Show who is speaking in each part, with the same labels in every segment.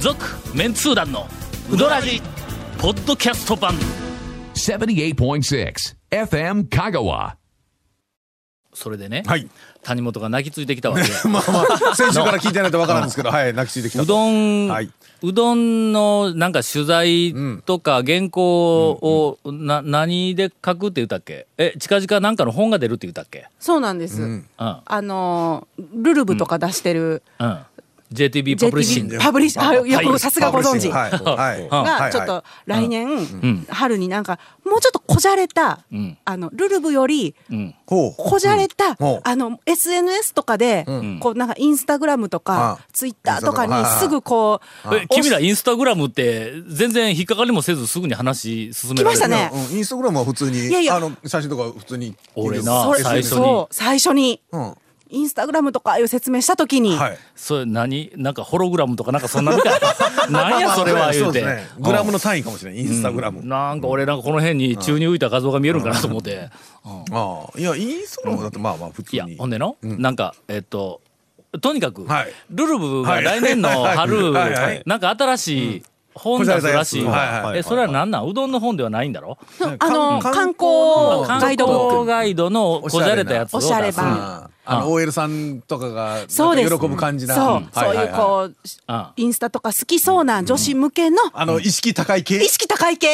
Speaker 1: 続メンツー団のウドラジポッドキャスト版
Speaker 2: 78.6 FM Kagawa.
Speaker 1: それでね、
Speaker 3: はい
Speaker 1: 谷本が泣きついてきたわけ
Speaker 3: まあまあ、先週から聞いてないとわからんですけど、はい、泣きついてきたと。
Speaker 1: うどん、
Speaker 3: はいう
Speaker 1: どんのなんか取材とか原稿をな何で書くって言ったっけえ近々なんかの本が出るって言ったっけ
Speaker 4: そうなんです、
Speaker 1: うん
Speaker 4: あのールルブとか出してる、
Speaker 1: うん。JTB パブリッシン
Speaker 4: JTB
Speaker 1: グ。
Speaker 4: パブリッシあよくさすがご存知、
Speaker 3: はい。はい。は
Speaker 4: が
Speaker 3: い
Speaker 4: ちょっと来年、
Speaker 1: ん
Speaker 4: 春になんかもうちょっとこじゃれた、
Speaker 1: ん
Speaker 4: あのルルブより
Speaker 1: うん。
Speaker 3: ほう。
Speaker 4: こじゃれた、
Speaker 3: うんうん
Speaker 4: あの SNS とかで、こうなんかインスタグラムとか、
Speaker 3: うん
Speaker 4: ツイッターとか
Speaker 3: イン
Speaker 4: に
Speaker 3: スタとか
Speaker 4: すぐこう
Speaker 1: え、君らインスタグラムって全然引っかかりもせずすぐに話進められる。
Speaker 4: 来ましたね
Speaker 3: うん、インスタグラムは普通に、
Speaker 4: いやいや
Speaker 3: あの、写真とか普通に。
Speaker 1: 俺な
Speaker 4: それ
Speaker 1: 最初に
Speaker 4: そう最初に
Speaker 3: うん。
Speaker 4: インスタグラムとかいう説明した時に、
Speaker 3: はい。
Speaker 1: それ何なんかホログラムとかなんかそんなみたいな。 何やそれは言
Speaker 3: そううで
Speaker 1: て
Speaker 3: す。ね。グラムの単位かもしれない。インスタグラム。
Speaker 1: なんか俺なんかこの辺に宙に浮いた画像が見えるんかなと思って。
Speaker 3: ああ。いや、インスタグラムだってまあまあ普通
Speaker 1: いや
Speaker 3: に。
Speaker 1: ほんでの、なんかえっととにかく、
Speaker 3: はい
Speaker 1: ルルブが来年の春、
Speaker 3: はいはいはい
Speaker 1: なんか新しい本出すらしいわ、
Speaker 3: こじゃれたやつはいはい
Speaker 1: えそれは何なんうどんの本ではないんだろ
Speaker 4: あの
Speaker 3: 観
Speaker 4: 観
Speaker 3: 光
Speaker 4: 光ガイドブック
Speaker 1: 観光ガイドのこじゃれたやつを出す
Speaker 4: おしゃれなおしゃれ版
Speaker 3: ああの、OL さんとかが、
Speaker 4: そうです。
Speaker 3: 喜ぶ感じな。
Speaker 4: そう、
Speaker 3: んはいはいはい
Speaker 4: そういうこう、
Speaker 1: うん
Speaker 4: インスタとか好きそうな女子向けの
Speaker 3: あの、意識高い系
Speaker 4: 意識高い 系。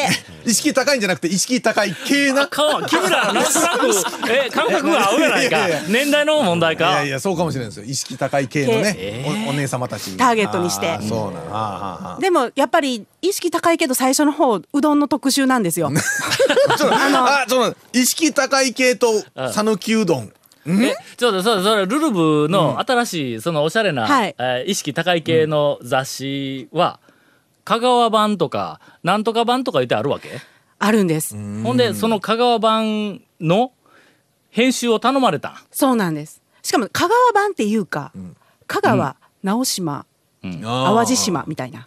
Speaker 3: 意識高いんじゃなくて、意識高い系な。い
Speaker 1: か君らなんとなくえ感覚が合うやないか
Speaker 3: いやいやいや
Speaker 1: 年代の問題か
Speaker 3: やいや、そうかもしれないですよ。意識高い系のね、おお姉様たち。
Speaker 4: ターゲットにして
Speaker 3: ああそうなの。ああああああ
Speaker 4: でもやっぱり意識高いけど最初の方うどんの特集なんですよ。
Speaker 3: ちょっと、あ、その、意識高い系と、讃岐うどん。
Speaker 1: えちょっとそうそれルルブの新しいそのおしゃれな、
Speaker 4: はい
Speaker 1: えー意識高い系の雑誌は、香川版とかなんとか版とか言ってあるわけ
Speaker 4: あるんです。
Speaker 1: ほんで、その香川版の編集を頼まれたん。
Speaker 4: そうなんです。しかも香川版っていうか、香川、直島、淡路島みたいな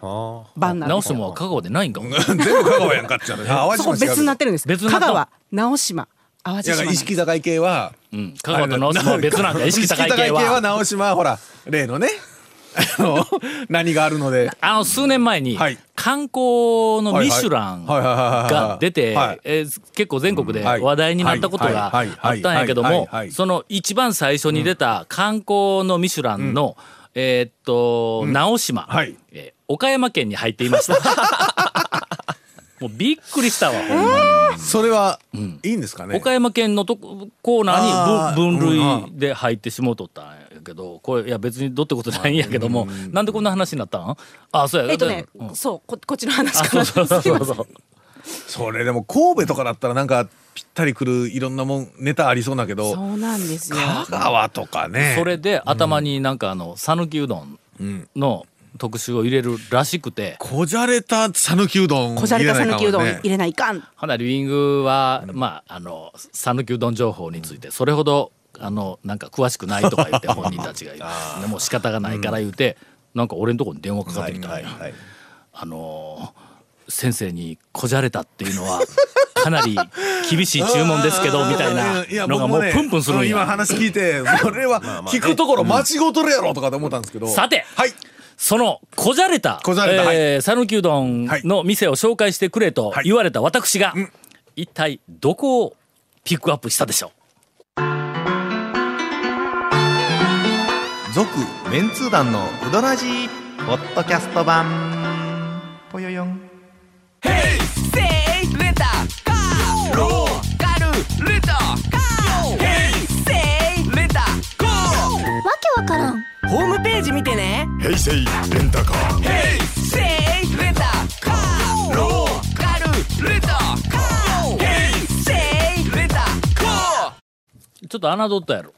Speaker 4: 版なん
Speaker 1: 直
Speaker 4: です
Speaker 1: もは香川でないんかも。
Speaker 3: 全部香川やんかっちゃうね。淡
Speaker 4: そこ別になってるんです。
Speaker 1: 別にな
Speaker 4: 香
Speaker 1: った
Speaker 4: 川、直島、淡路島
Speaker 3: だ
Speaker 4: な
Speaker 3: から
Speaker 4: んで
Speaker 3: 意
Speaker 4: す。
Speaker 3: 識高い系は、
Speaker 1: うん香川と直島は別なん か、意識高い系
Speaker 3: 意識
Speaker 1: は。
Speaker 3: 直島はほら、例のね、 あの、何があるので。
Speaker 1: あの、数年前に、
Speaker 3: はい
Speaker 1: 観光のミシュラン
Speaker 3: はいはいはいはいはいはい
Speaker 1: が出て
Speaker 3: はい、
Speaker 1: えー結構全国で
Speaker 3: はい
Speaker 1: 話題になったことが
Speaker 3: はいはい
Speaker 1: あったんやけど
Speaker 3: はいはい
Speaker 1: も
Speaker 3: はいは、い
Speaker 1: その一番最初に出た観光のミシュランの、えーっと、直島、
Speaker 3: はい
Speaker 1: えー岡山県に入っていました。 もうびっくりしたわ、ほんまに
Speaker 3: それは、いいんですかね。
Speaker 1: 岡山県のとこコーナ
Speaker 3: あ
Speaker 1: ー
Speaker 3: ー
Speaker 1: にぶ分類で入ってしもうとったんやけどこれいや別にどうってことないんやけどもなんでこんな話になったんあそうや
Speaker 4: えっとね、
Speaker 1: うんあ
Speaker 4: そうここっちの話か
Speaker 1: そう
Speaker 4: ら。
Speaker 1: そうそうそう
Speaker 3: それでも神戸とかだったらなんか、ぴったりくるいろんなもん、ネタありそうだけ
Speaker 4: そ
Speaker 3: ど、
Speaker 4: うなんですよ。
Speaker 3: 香川とかね。
Speaker 1: それで頭になんかあの讃岐うどんの特集を入れるらしくて
Speaker 3: こじゃれた讃岐うどん。
Speaker 4: こじゃれた
Speaker 3: 入れな
Speaker 4: 讃
Speaker 3: いかもね
Speaker 4: 岐うどん入れないかん。
Speaker 1: ほなリビングはまああの讃岐うどん情報についてそれほどあのなんか詳しくないとか言って本人たちが言ってもう仕方がないから言うてなんか俺のとこに電話かかってきたんや
Speaker 3: はいはいはい
Speaker 1: あのー先生にこじゃれたっていうのはかなり厳しい注文です けどみたいなのがもうプンプンするん
Speaker 3: 今
Speaker 1: や。
Speaker 3: 話聞いてそれは聞くところ間違うとるやろとかと思ったんですけど
Speaker 1: さて
Speaker 3: はい
Speaker 1: そのこじゃれた
Speaker 3: こじゃれた
Speaker 1: えー讃岐うどんの店を紹介してくれと
Speaker 3: はい
Speaker 1: 言われた私が、一体どこをピックアップしたでしょ
Speaker 5: 続メンツー団のウドラジーポッドキャスト版ぽよよん
Speaker 1: うちょっと侮ったやろ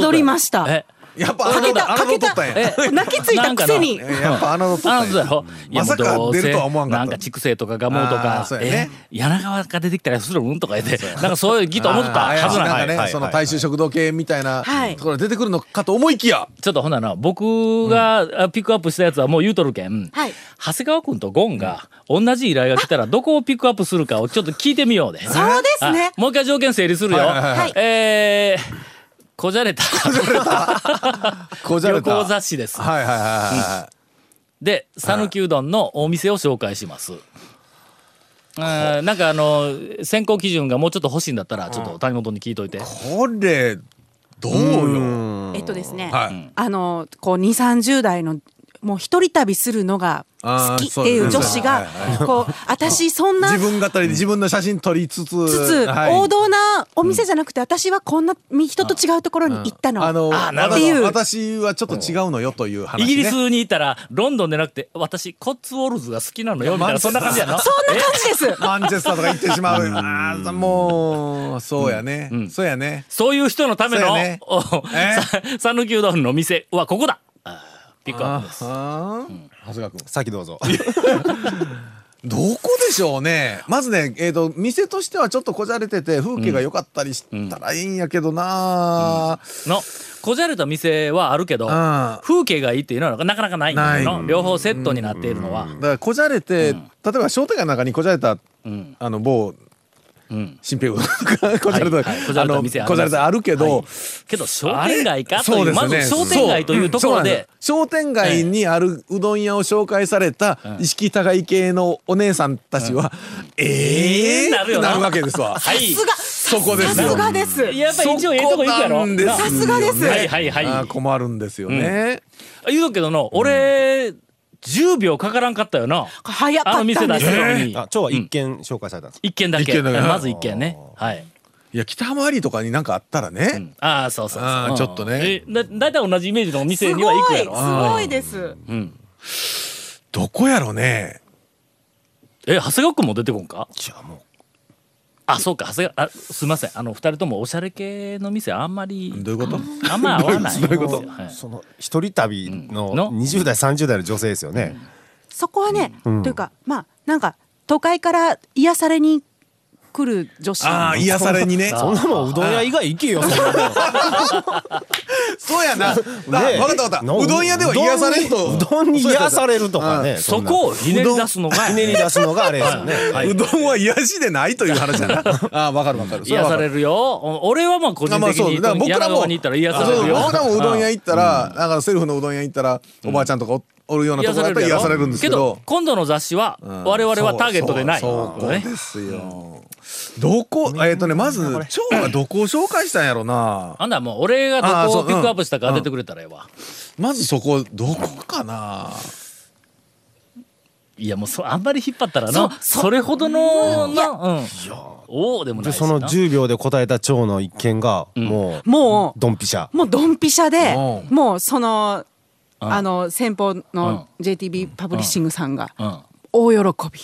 Speaker 4: 侮りました
Speaker 1: え
Speaker 3: やっぱ
Speaker 4: かけた、
Speaker 3: あ
Speaker 4: かけ
Speaker 3: と
Speaker 4: た
Speaker 3: ったんや。
Speaker 1: え
Speaker 4: 泣きついたくせに。
Speaker 3: やっぱ侮っとった
Speaker 1: あ
Speaker 3: ん
Speaker 1: そうや
Speaker 3: や
Speaker 1: ろいや
Speaker 3: まさか
Speaker 1: もうどうせ
Speaker 3: 出るとは思わんかった
Speaker 1: なんか畜生とかガモと
Speaker 3: あ
Speaker 1: か
Speaker 3: ー、そうや
Speaker 1: え
Speaker 3: ね
Speaker 1: 柳川が出てきたらするんとか言ってなんかそういうギと思ってた
Speaker 3: あー
Speaker 1: はずなん
Speaker 3: 怪しい
Speaker 1: だ
Speaker 3: んかねその大衆食堂系みたいな
Speaker 4: はい
Speaker 3: ところ出てくるのかと思いきや
Speaker 1: ちょっとほんなら僕があピックアップしたやつはもう言うとるけん、
Speaker 4: はい
Speaker 1: 長谷川君とゴンが同じ依頼が来たらどこをピックアップするかをちょっと聞いてみようで。
Speaker 4: そうですね
Speaker 1: あ。もう一回条件整理するよ。
Speaker 3: はいはいはい
Speaker 4: はい
Speaker 1: えー、こじゃれた
Speaker 3: こじゃ
Speaker 1: 旅
Speaker 3: れた
Speaker 1: 行雑誌です。
Speaker 3: はいはいはいはい
Speaker 1: で讃岐うどんのお店を紹介しますあーなんかあの選考基準がもうちょっと欲しいんだったらちょっと谷本に聞いといて、
Speaker 3: これどうよ
Speaker 4: えっとですね、
Speaker 3: はい
Speaker 4: あのこう2 3 0代のもう一人旅するのが好きっていう女子が
Speaker 3: あー
Speaker 4: こう私そんな
Speaker 3: 自分語りで自分の写真撮りつつ
Speaker 4: つつ、
Speaker 3: はい
Speaker 4: 王道なお店じゃなくて私はこんな人と違うところに行ったの,、
Speaker 3: あの
Speaker 1: あなる
Speaker 4: ほど
Speaker 3: あの私はちょっと違うのよという話、ね、
Speaker 1: イギリスにいたらロンドンでなくて私コッツウォルズが好きなのよみたいなそんな感じやな
Speaker 4: そんな感じです
Speaker 3: マンチェスターとか行ってしま うあーもうそうやね、
Speaker 1: うん
Speaker 3: そうやね
Speaker 1: そういう人のための
Speaker 3: そうやね
Speaker 1: お
Speaker 3: え
Speaker 1: さ讃岐うどんの店はここだあーピックアップ
Speaker 3: あ
Speaker 1: です
Speaker 3: はー長谷川君
Speaker 6: さっきどうぞ。
Speaker 3: どこでしょうねまずね、えー、と店としてはちょっとこじゃれてて風景が良かったりしたらいいんやけどな、
Speaker 1: のこじゃれた店はあるけど
Speaker 3: うん
Speaker 1: 風景がいいっていうのはなかなかないんだよ
Speaker 3: な
Speaker 1: ない両方セットになっているのは
Speaker 3: だからこじゃれて、例えば商店街の中にこじゃれた
Speaker 1: うん
Speaker 3: あの某
Speaker 1: うん
Speaker 3: 新平うどんとか こじゃれた、
Speaker 1: はいはいこじゃれた店
Speaker 3: あ
Speaker 1: あります
Speaker 3: のこじゃれたあるけど、
Speaker 1: はいけど商店街かと
Speaker 3: そ
Speaker 1: いうう
Speaker 3: です
Speaker 1: ま
Speaker 3: よね
Speaker 1: ず商店街というところで
Speaker 3: そううんそうなんです商店街にあるうどん屋を紹介された意識高い系のお姉さんたちは、え
Speaker 1: え
Speaker 3: えー、
Speaker 1: ーなるよな
Speaker 3: なるわけで すわ。
Speaker 1: はい
Speaker 4: さすが
Speaker 3: そこです
Speaker 4: さ
Speaker 3: よ
Speaker 4: すがです
Speaker 1: やっぱ一応ええとこ行くや
Speaker 3: そ
Speaker 1: ろ
Speaker 3: こなんですよ
Speaker 1: な
Speaker 4: さすがです
Speaker 1: はいはいはい
Speaker 3: あー困るんですよね。
Speaker 1: 言うとくけどの俺10秒かからんかったよな
Speaker 4: 早か
Speaker 1: あ
Speaker 4: った
Speaker 1: の
Speaker 4: んで
Speaker 1: 店出
Speaker 4: す
Speaker 1: すのに
Speaker 6: あ、今日は一件紹介されたんです。
Speaker 1: 一軒だ
Speaker 3: 一
Speaker 1: け
Speaker 3: 軒だけ
Speaker 1: まず一軒ねはい
Speaker 3: いや北浜アリーとかになんかあったらね、
Speaker 1: うんああそうそう
Speaker 3: あ
Speaker 1: そ
Speaker 3: ー
Speaker 1: う
Speaker 3: ちょっとね
Speaker 1: えだだいたい同じイメージのお店
Speaker 4: す
Speaker 1: には行
Speaker 4: ご
Speaker 1: く
Speaker 4: い
Speaker 1: や
Speaker 4: す
Speaker 1: ろ
Speaker 4: ごいです
Speaker 1: うん
Speaker 3: どこやろね。
Speaker 1: え長谷川君も出てこんか
Speaker 6: じゃあも
Speaker 1: あそうか長谷川あすいませんあの二人ともおしゃれ系の店あんまり
Speaker 3: どういうこと？
Speaker 1: あんま合わ ない
Speaker 3: どういうこと
Speaker 1: んですよは
Speaker 6: う、その一人旅
Speaker 1: うんの
Speaker 6: の20代30代の女性ですよね。
Speaker 4: そこはね、
Speaker 6: うん
Speaker 4: というかまあなんか都会から癒されに来る女子
Speaker 3: ああ癒されにね。
Speaker 6: そんなもんうどん屋以外行けよ。そんなもん
Speaker 3: そうやな。な
Speaker 6: ねえ
Speaker 3: わかったわかった。
Speaker 6: の
Speaker 3: うどん屋では癒されると。
Speaker 6: うどんに
Speaker 3: そうやった
Speaker 6: 癒されるとかね。
Speaker 1: そ
Speaker 6: んな
Speaker 1: こをひねり出すのが
Speaker 6: ひねり出すのがあれですよね。
Speaker 1: はいう
Speaker 3: どんは癒しでないという 話だな。ああわかるわかる。そは
Speaker 1: 癒
Speaker 3: わか
Speaker 1: さ
Speaker 3: る
Speaker 1: れるよお俺はまあ個人
Speaker 3: あまあ
Speaker 1: 的
Speaker 3: そう
Speaker 1: に
Speaker 3: だから僕ら
Speaker 1: 柳
Speaker 3: も
Speaker 1: 川に行ったら癒されるよ
Speaker 3: そう僕らもうどん屋行ったら、なんかセルフのうどん屋行ったら、おばあちゃんとかおおるようなとこだったら
Speaker 1: やろ
Speaker 3: 癒されるんですけど。
Speaker 1: 今度の雑誌は
Speaker 3: うん
Speaker 1: 我々はターゲットでない
Speaker 3: そうそうそう
Speaker 1: ね
Speaker 3: ですよ。どこえっ、とねまず蝶がどこを紹介したんやろな。
Speaker 1: あんなもう俺がど
Speaker 3: あー
Speaker 1: こ
Speaker 3: そう
Speaker 1: をピックアップしたか当ててくれたらええわ
Speaker 3: まずそこどこかな。
Speaker 1: いやもうそあんまり引っ張ったら
Speaker 4: そう
Speaker 1: なそれほどのなうんおおでもな
Speaker 6: で
Speaker 1: いしな
Speaker 6: その10秒で答えた蝶の一件がもう
Speaker 4: もう
Speaker 6: ドンピシャ。
Speaker 4: もうドンピシャで
Speaker 3: う
Speaker 4: もうその
Speaker 1: ん
Speaker 4: あの先方の
Speaker 1: う
Speaker 4: JTB パブリッシングさんが
Speaker 1: うん
Speaker 4: 大喜び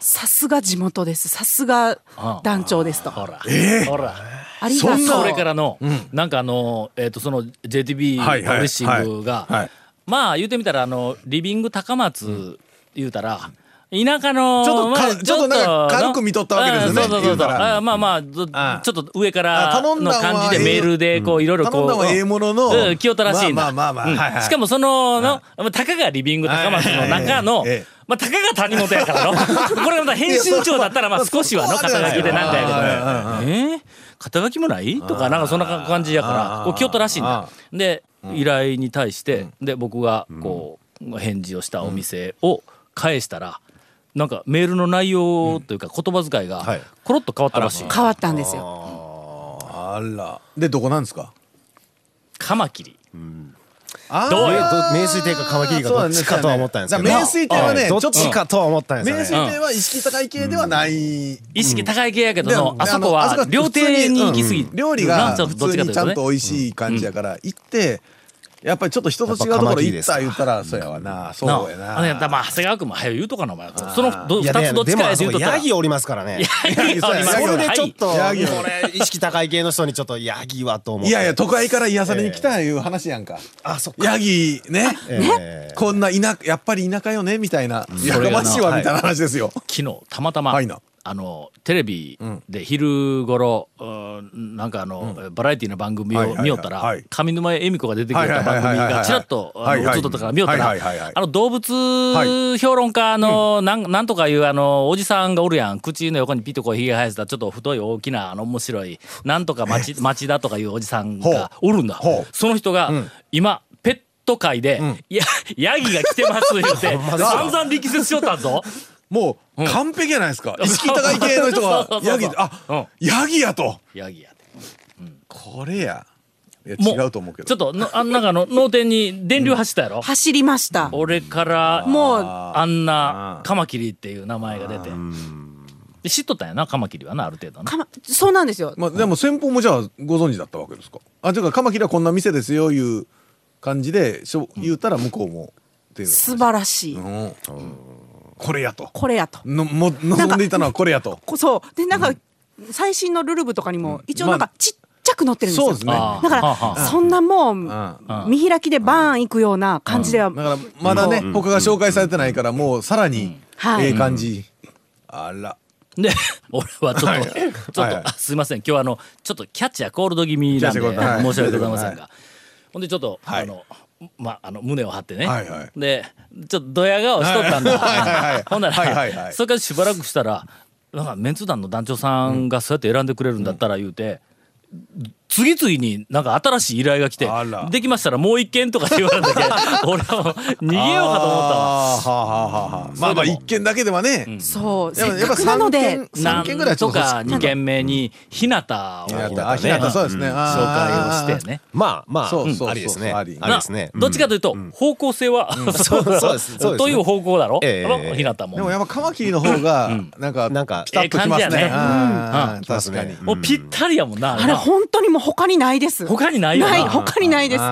Speaker 4: さすが地元ですさすが団長ですと
Speaker 1: ほら
Speaker 3: ええ
Speaker 1: ほら
Speaker 4: ありがとう
Speaker 1: それからのなんかあのえっとその JTB パ
Speaker 3: はいはい
Speaker 1: ブリッシング
Speaker 3: はいはい
Speaker 1: がまあ言うてみたらあのリビング高松言うたら田舎の
Speaker 3: ちょっとか
Speaker 1: まあ
Speaker 3: ちょっとなんか軽く見とったわけですよね
Speaker 1: うんそうそうそう
Speaker 3: 言う
Speaker 1: そう
Speaker 3: たら
Speaker 1: あまあまあどち
Speaker 3: あ
Speaker 1: ょっと上から
Speaker 3: あ頼ん
Speaker 1: の
Speaker 3: だんは
Speaker 1: 感じでメールでこういろいろこ
Speaker 3: 頼ん
Speaker 1: う
Speaker 3: だんはええものの
Speaker 1: うん清田らしい
Speaker 3: ま
Speaker 1: な
Speaker 3: あまあまあまあ
Speaker 1: うん
Speaker 3: はいはい
Speaker 1: しかもそののまあたかがリビング高松の中の
Speaker 3: はいはいはいええ
Speaker 1: まあ、たかが谷本やから のこれまた編集長だったらまあ少しはの
Speaker 3: いやそ
Speaker 1: 肩
Speaker 3: こは
Speaker 1: 書きでなんかやけど
Speaker 3: はいはいはいはい
Speaker 1: えー、肩書きもないとかなんかそんな感じやから
Speaker 3: あー
Speaker 1: こう京都らしいんだで、依頼に対して、で僕がこう返事をしたお店を返したら、なんかメールの内容というか言葉遣いが
Speaker 6: はい
Speaker 1: コロッと変わったらしい、
Speaker 4: 変わったんですよ
Speaker 3: あら。でどこなんですか。
Speaker 1: カマキリ
Speaker 3: あー
Speaker 1: どういう
Speaker 6: ど名水亭かカマキリかどっちかとは思ったんですけど。
Speaker 3: そうだね名水亭はね
Speaker 6: い
Speaker 3: ちょ
Speaker 6: ど
Speaker 3: っ
Speaker 6: っ
Speaker 3: と
Speaker 6: ちかとは思ったんですよ
Speaker 3: 名
Speaker 6: ね。
Speaker 3: 水亭は意識高い系ではない。
Speaker 1: 意識高い系やけど
Speaker 3: で
Speaker 1: の、
Speaker 3: も
Speaker 1: あそこ
Speaker 3: あのあ
Speaker 1: は
Speaker 3: そこ
Speaker 1: 料亭に行き過ぎ、
Speaker 3: うん料理が
Speaker 1: なちょっ
Speaker 3: 普
Speaker 1: とどっ
Speaker 3: 通
Speaker 1: ちか
Speaker 3: に
Speaker 1: という
Speaker 3: ちゃ
Speaker 1: と
Speaker 3: ん
Speaker 1: ね
Speaker 3: と美味しい感じやから行ってやっぱりちょっと人と違うところ行った言ったらそうやわなそうや
Speaker 1: なあのやった
Speaker 3: な
Speaker 1: らまあ長谷川君も早う言うとかなお前そのど
Speaker 6: い
Speaker 1: 二
Speaker 6: や
Speaker 1: つどっち
Speaker 6: でも
Speaker 1: かや
Speaker 6: あ
Speaker 1: で
Speaker 6: そ
Speaker 1: 言うと
Speaker 6: こ
Speaker 1: ったら
Speaker 6: ヤギおりますからね。
Speaker 1: ヤギおります
Speaker 3: そ
Speaker 6: そ
Speaker 3: れ
Speaker 6: れ
Speaker 3: で
Speaker 6: でちょっと、
Speaker 3: ヤギ
Speaker 6: これ意識高い系の人にちょっとヤギはと思って
Speaker 3: いやいや都会から癒されに来たいう話やんか
Speaker 6: あそっか
Speaker 3: ヤギね
Speaker 6: ええ
Speaker 3: こんな田舎やっぱり田舎よねみたいなやかましいわみたいな話ですよ
Speaker 1: 昨日たまたま、
Speaker 3: はいな
Speaker 1: あのテレビで昼頃、うんなんかあの、バラエティの番組
Speaker 3: はい
Speaker 1: を
Speaker 3: はいはい
Speaker 1: 見よったら、
Speaker 3: はい
Speaker 1: 上沼恵美子が出てくれた番
Speaker 3: はいは
Speaker 1: 組
Speaker 3: いはいはいは
Speaker 1: が
Speaker 3: い
Speaker 1: ちらっとあの
Speaker 3: はいはい
Speaker 1: 映っとったから見よったら、
Speaker 3: はいはいはいはい
Speaker 1: あの動物評論家の、なんなんとかいうあのおじさんがおるやん口の横にピッとこうひげ生やしたちょっと太い大きなあの面白い なんとか町町だとかいうおじさんがおるんだ
Speaker 3: ほう
Speaker 1: その人が、今ペット会で、いや、ヤギが来てます言 って、散々力説しよったぞ。
Speaker 3: もう完璧じゃないですか意識高い系の人が
Speaker 1: そうそうそう
Speaker 3: ヤギあヤギやと
Speaker 1: ヤギやで。
Speaker 3: これやいや
Speaker 1: も
Speaker 3: 違うと思うけど
Speaker 1: ちょっとの、あん中の脳天に電流走ったやろ、
Speaker 4: 走りました。
Speaker 1: 俺から、
Speaker 4: もう、
Speaker 3: あ
Speaker 1: あんな、カマキリっていう名前が出て。で知っとったんやな、カマキリはな、ある程度な。
Speaker 4: かま、そうなんですよ。
Speaker 3: まあでも先方もじゃあご存知だったわけですかあていうかカマキリはこんな店ですよいう感じでしょ言ったら向こうもっていう
Speaker 4: 素晴らしい。
Speaker 3: のうんこれやと
Speaker 4: これやと。
Speaker 3: のも望んでいたのはこれやと
Speaker 4: こそう。で、なんか、最新のルルブとかにも、一応なん
Speaker 3: ま
Speaker 4: か、ちっちゃく載ってるんですよ。
Speaker 3: そうですね
Speaker 1: あ
Speaker 4: だか
Speaker 1: はあは
Speaker 4: ら、そんなもう、見開きでバーン行くような感じでは、
Speaker 3: だからまだね他が紹介されてないからもうさらに
Speaker 4: はい
Speaker 3: ええ感じあら
Speaker 1: で、俺はちょっと、ちょっと、
Speaker 3: はいはい
Speaker 1: あすいません、今日はあの、ちょっとキャッチやコールド気味なんで、
Speaker 3: キャッチやコールドはい
Speaker 1: 申し訳ございませんが。ほんで、ちょっと、
Speaker 3: はい
Speaker 1: あの、ま、あの、胸を張ってね。
Speaker 3: はいはい
Speaker 1: で、ちょっとドヤ顔しとったんだ。
Speaker 3: はいはいはい
Speaker 1: ほんなら、
Speaker 3: はいはいはい
Speaker 1: それからしばらくしたら、なんかメンツ団の団長さんがそうやって選んでくれるんだったら言うて、次々になんか新しい依頼が来て
Speaker 3: あら、
Speaker 1: できましたらもう一件とかって言われ て、俺はもう逃げようかと思ったわ。
Speaker 3: あーはあはあはあはあまあまあ一件だけではね
Speaker 4: そう、
Speaker 3: でも
Speaker 4: せっかく
Speaker 3: や
Speaker 4: な
Speaker 3: っぱ3件
Speaker 4: ので、
Speaker 3: 3件ぐらいはちょ
Speaker 1: と
Speaker 3: っと欲し
Speaker 1: か2軒目に日向を
Speaker 3: あ
Speaker 1: ね
Speaker 3: あひなたそうですね
Speaker 1: 紹
Speaker 3: あー
Speaker 1: 介をしてね。
Speaker 6: まあまあ、
Speaker 3: そうそう
Speaker 6: うん
Speaker 3: そう
Speaker 6: ありですね。
Speaker 3: あ
Speaker 6: あ
Speaker 3: り
Speaker 6: り
Speaker 1: な
Speaker 6: ですね。
Speaker 1: どっちかというと、方向性は、そう
Speaker 6: そうですそうです
Speaker 1: という方向だろ、
Speaker 6: ええ
Speaker 1: あの日向も。
Speaker 3: でもやっぱカマキリの方がなんか
Speaker 6: なんか
Speaker 3: ピタッときます
Speaker 1: ええ感じ
Speaker 3: ね
Speaker 1: やね
Speaker 3: う
Speaker 1: うん
Speaker 6: ん
Speaker 3: 確かに
Speaker 1: もうぴったりやもんな。
Speaker 4: あれ、本当にもう他にないです。
Speaker 1: 他にないよな
Speaker 4: ない、他にないです。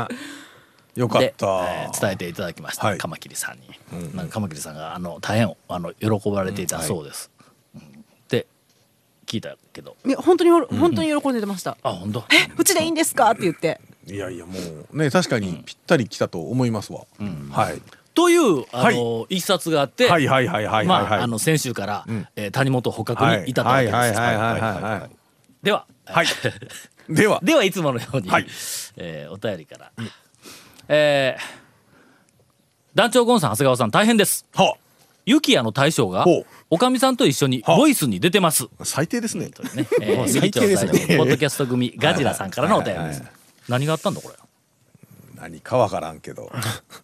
Speaker 3: よかっ
Speaker 1: で、え
Speaker 3: た
Speaker 1: ー伝えていただきました、
Speaker 3: はい
Speaker 1: カマキリさんに、なんかカマキリさんがあの大変あの喜ばれていたそうです、うんで聞いたけど
Speaker 4: ね本当に、本当に喜んでました。
Speaker 1: あ本当
Speaker 4: え、うちでいいんですかって言って。
Speaker 3: いやいやもうね確かにぴったりきたと思いますわはい
Speaker 1: というあの、い、きさつがあって、
Speaker 3: はいはいはいはい
Speaker 1: ま
Speaker 3: はい
Speaker 1: あ
Speaker 3: は
Speaker 1: あ
Speaker 3: い
Speaker 1: の先週から、えー谷本捕獲
Speaker 3: はい
Speaker 1: に至ったわけです、
Speaker 3: はいはいはいはいはい
Speaker 1: では、
Speaker 3: はいでは
Speaker 1: ではいつものように、
Speaker 3: はい
Speaker 1: えーお便りから、えー団長ゴンさん長谷川さん大変です
Speaker 3: は
Speaker 1: ユキヤの大将が
Speaker 3: ほう
Speaker 1: おかみさんと一緒にボイスに出て ます
Speaker 3: あ最低ですね
Speaker 1: というね、えー、
Speaker 3: 最低ですね
Speaker 1: ミキチョウ大臣 ポッドキャスト組ガジラさんからのお便りです
Speaker 3: はいはいはい
Speaker 1: 何があったんだこれ
Speaker 3: 何かわからんけど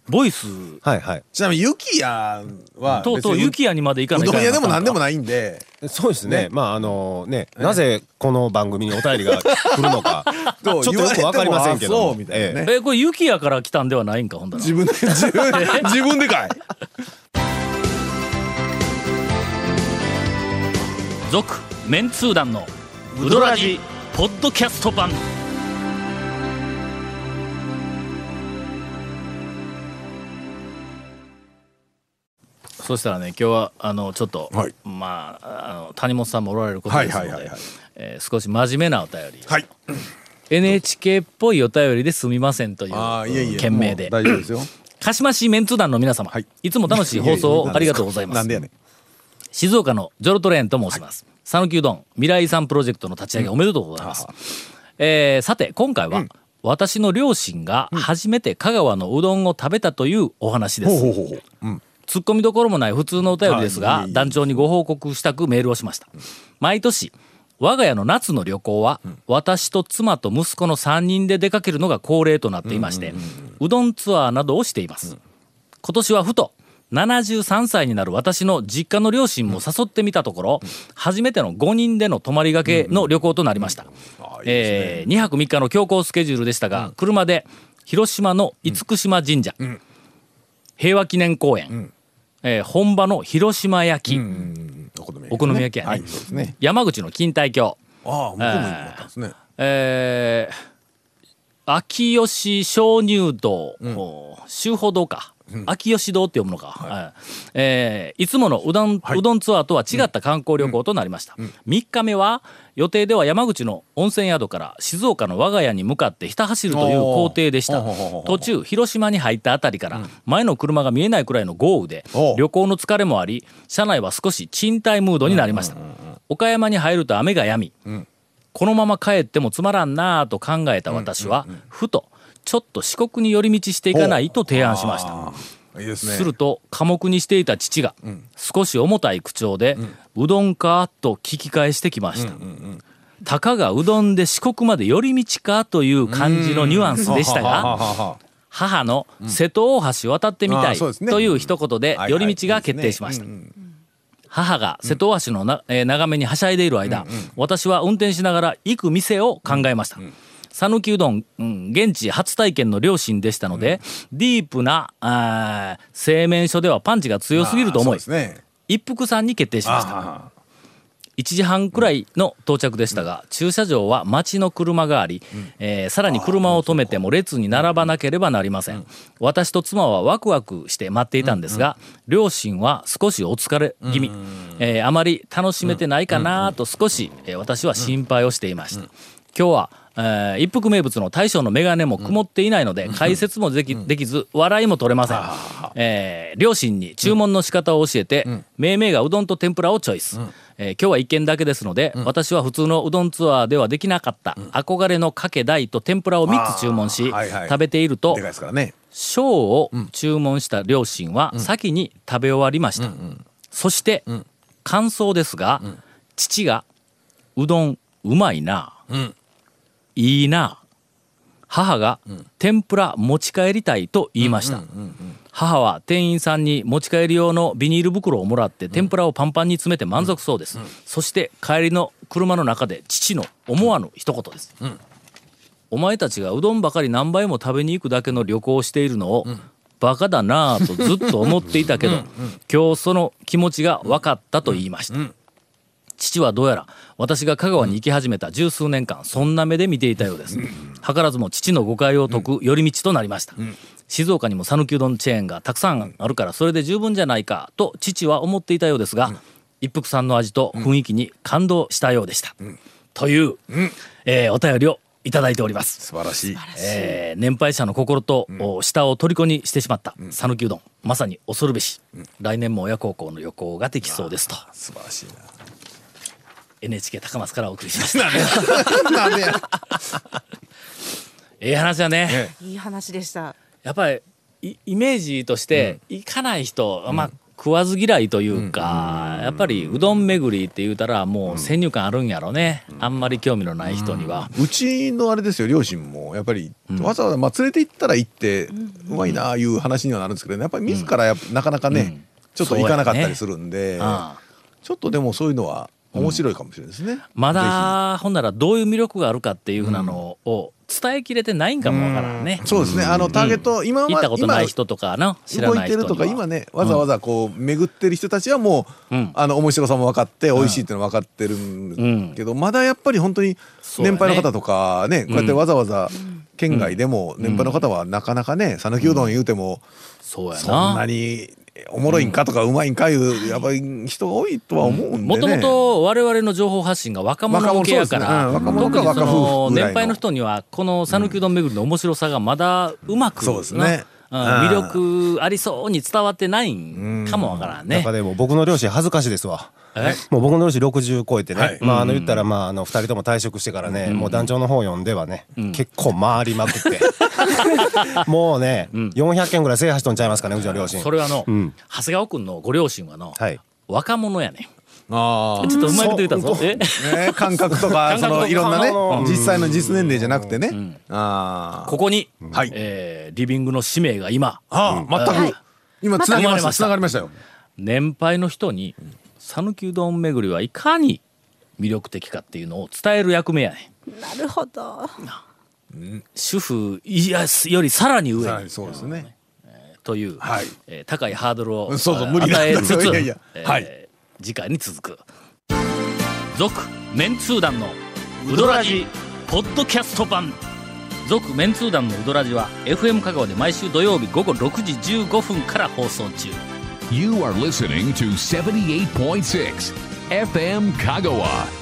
Speaker 1: ボイス
Speaker 6: はいはい。
Speaker 3: ちなみにユキヤは
Speaker 1: とうとう
Speaker 3: 別に
Speaker 1: ユキヤにまで行か
Speaker 3: う
Speaker 1: ない
Speaker 3: どん屋でも何でも
Speaker 1: い
Speaker 3: ないんで
Speaker 6: そうですね。まああのね、なぜこの番組にお便りが来るのか、ち
Speaker 3: ど
Speaker 6: ょ
Speaker 3: う
Speaker 6: っとよくわかりませんけ
Speaker 3: 言われてもあそ
Speaker 6: ども。
Speaker 3: うみたいな
Speaker 6: ええ
Speaker 3: ね
Speaker 1: えこれユキヤから来たんではないんかほんだら
Speaker 3: 自 分で自分自分でかい
Speaker 1: 続メンツー団のウドラジポッドキャスト版そしたらね今日はあのちょっと、
Speaker 3: はい
Speaker 1: まああの谷本さんもおられることですので、
Speaker 3: はいはいはいはい
Speaker 1: えー少し真面目なお便り、
Speaker 3: はい
Speaker 1: NHK っぽいお便りですみませんという
Speaker 3: ああいえいえ
Speaker 1: 件名で
Speaker 3: もう大丈夫ですよ
Speaker 1: 鹿島市メンツー団の皆様、
Speaker 3: はい
Speaker 1: い、つも楽しい放送をありがとうございます
Speaker 3: なんでやねん
Speaker 1: 静岡のジョロトレーンと申します。讃岐うどん未来遺産プロジェクトの立ち上げおめでとうございます。えーさて今回は、私の両親が初めて香川のうどんを食べたというお話です。
Speaker 3: ほうほうほう
Speaker 1: ツッコミどころもない普通のお便りですが、団長にご報告したくメールをしました。毎年、我が家の夏の旅行は、私と妻と息子の3人で出かけるのが恒例となっていまして、うどんツアーなどをしています。今年はふと、73歳になる私の実家の両親も誘ってみたところ、初めての5人での泊まりがけの旅行となりました。え2泊3日の強行スケジュールでしたが、車で広島の厳島神社、平和記念公園、えー本場の広島焼き、
Speaker 3: お好み
Speaker 1: お好み焼きやね
Speaker 3: はいそうですね
Speaker 1: 山口の錦帯橋、
Speaker 3: ああ向こうもあったんですね
Speaker 1: えー秋吉鍾乳洞、おー秋宝堂か、秋吉堂って読むのか、はいえーいつものうどん、
Speaker 3: いう
Speaker 1: どんツアーとは違った観光旅行となりました、3日目は予定では山口の温泉宿から静岡の我が家に向かってひた走るという行程でした
Speaker 3: おーほうほうほうほ
Speaker 1: 途
Speaker 3: う
Speaker 1: 中広島に入ったあたりから前の車が見えないくらいの豪雨で
Speaker 3: おう
Speaker 1: 旅行の疲れもあり車内は少し賃貸ムードになりました、岡山に入ると雨が止み、このまま帰ってもつまらんなぁと考えた私は、ふとちょっと四国に寄り道していかないと提案しました、
Speaker 3: いいですね
Speaker 1: すると寡黙にしていた父が、少し重たい口調で「うどんか?」と聞き返してきました、たかがうどんで四国まで寄り道かという感じのニュアンスでした
Speaker 3: はあ
Speaker 1: が
Speaker 3: はあはあ
Speaker 1: 母の瀬戸大橋渡ってみ
Speaker 3: あ
Speaker 1: た
Speaker 3: あ
Speaker 1: い
Speaker 3: そうですね
Speaker 1: という一言で
Speaker 3: はい
Speaker 1: 寄り道が決定しました
Speaker 3: うんうん
Speaker 1: 母が瀬戸大橋のな、えー眺めにはしゃいでいる間、私は運転しながら行く店を考えました讃岐、うどん、うん現地初体験の両親でしたので、ディープなあー製麺所ではパンチが強すぎると思い
Speaker 3: あーそうですね
Speaker 1: 一服さんに決定しました
Speaker 3: あ
Speaker 1: 1時半くらいの到着でしたが、駐車場は町の車があり、えーさらに車を止めても列に並ばなければなりません、私と妻はワクワクして待っていたんですが、両親は少しお疲れ気味、えーあまり楽しめてないかなと少し、えー私は心配をしていました、今日は、えー一服名物の大将の眼鏡も曇っていないので、解説もでき,、できず笑いも取れません、えー両親に注文の仕方を教えて、めいめいがうどんと天ぷらをチョイス、えー今日は一軒だけですので、私は普通のうどんツアーではできなかった、憧れのかけ大と天ぷらを3つ注文し、
Speaker 3: あーはいはい
Speaker 1: 食べていると
Speaker 3: ーでかいですからね
Speaker 1: 小を注文した両親は先に食べ終わりました、そして、感想ですが、父が「うどんうまいな」いいな」母が「天ぷら持ち帰りたい」と言いました、母は店員さんに持ち帰り用のビニール袋をもらって天ぷらをパンパンに詰めて満足そうです、そして帰りの車の中で父の思わぬ一言です、お前たちがうどんばかり何倍も食べに行くだけの旅行をしているのを、バカだなぁとずっと思っていたけど今日その気持ちが分かったと言いました、父はどうやら私が香川に行き始めた十数年間そんな目で見ていたようです図らずも父の誤解を解く寄り道となりました、静岡にも讃岐うどんチェーンがたくさんあるからそれで十分じゃないかと父は思っていたようですが、一服さんの味と雰囲気に感動したようでした、という、えーお便りをいただいております
Speaker 3: 素晴らしい
Speaker 1: えー年配者の心と、お舌を虜にしてしまった讃岐うどんまさに恐るべし、来年も親孝行の旅行ができそうですと
Speaker 3: 素晴らしい
Speaker 1: NHK 高松からお送りしました
Speaker 3: な なんでや
Speaker 1: ええ話だね、
Speaker 3: え
Speaker 4: いい話でした。
Speaker 1: やっぱりイイメージとして行かない人、まあ食わず嫌いというか、やっぱりうどん巡りって言うたらもう先入観あるんやろね、あんまり興味のない人には、
Speaker 3: うちのあれですよ両親もやっぱりわざわざまあ連れて行ったら行ってうまいなあいう話にはなるんですけどねやっぱり自らやっぱなかなかねちょっと行かなかったりするんで
Speaker 1: ああ
Speaker 3: ちょっとでもそういうのは面白いかもしれないですね
Speaker 1: まだほんならどういう魅力があるかっていうふうなのを伝えきれてないんかもわからんね、
Speaker 3: そうですねあのターゲット今
Speaker 1: 行っ
Speaker 3: まで
Speaker 1: たことない人とかな知ら
Speaker 3: 動
Speaker 1: ないい
Speaker 3: て
Speaker 1: 人に
Speaker 3: る
Speaker 1: は
Speaker 3: とか今ねわざわざこう巡ってる人たちはもう、
Speaker 1: うん
Speaker 3: あの面白さも分かって美味しいっていうの分かってるんけど、まだやっぱり本当に
Speaker 1: そうだね
Speaker 3: 年配の方とかねこうやってわざわざ県外でも年配の方はなかなかね讃岐うどん言うても
Speaker 1: そうや
Speaker 3: そんな
Speaker 1: な
Speaker 3: におもろいんかとかうまいんかいうやっぱり人が多いとは思うんでね。
Speaker 1: もともと我々の情報発信が若者向けやから、
Speaker 3: 若者そう
Speaker 1: 特
Speaker 3: ですねう
Speaker 1: にその
Speaker 3: ん若者か若夫婦ぐらいの
Speaker 1: 年配の人にはこの讃岐うどん巡りの面白さがまだうまくな、
Speaker 3: そうですね
Speaker 1: うん
Speaker 3: うん
Speaker 1: 魅力ありそうに伝わってないんかもわからんね
Speaker 6: 中。でも僕の両親恥ずかしいですわ
Speaker 1: え
Speaker 6: もう僕の両親60超えてね、
Speaker 3: はい
Speaker 6: まああの言ったらまああの2人とも退職してからね、もう団長の方呼んではね、結構回りまくってもうね、400件ぐらい制覇しとんちゃいますかねうちの両親
Speaker 1: それはの、
Speaker 6: うん
Speaker 1: 長谷川君のご両親はの、
Speaker 6: はい
Speaker 1: 若者やね
Speaker 3: あ
Speaker 1: ん。ちょっとうまいこと言ったぞ。え
Speaker 3: ーね、感覚とか
Speaker 1: 感覚
Speaker 3: そ
Speaker 1: とか
Speaker 3: のいろんな
Speaker 6: あの
Speaker 3: ね実際の実年齢じゃなくてね、あ
Speaker 1: ここに、
Speaker 3: はい
Speaker 1: えーリビングの使命が今
Speaker 3: あああ全く、
Speaker 4: はい
Speaker 3: 今つながりました
Speaker 1: また
Speaker 3: つながりましたよ。
Speaker 1: 年配の人に讃岐うどん巡りはいかに魅力的かっていうのを伝える役目やねん。
Speaker 4: なるほど。
Speaker 1: 主婦いやよりさらに上
Speaker 3: はい
Speaker 1: に
Speaker 3: そうですね。
Speaker 1: という、
Speaker 3: はい
Speaker 1: えー高いハードルを
Speaker 3: うんそう そう無理
Speaker 1: 与えつつ
Speaker 3: いやいや
Speaker 1: えー
Speaker 3: はい
Speaker 1: 次回に続く「続・メンツー団のウドラジポッドキャスト版」「続・メンツー団のウドラジは FM 香川で毎週土曜日午後6時15分から放送中
Speaker 2: You are listening to 78.6 FM Kagawa.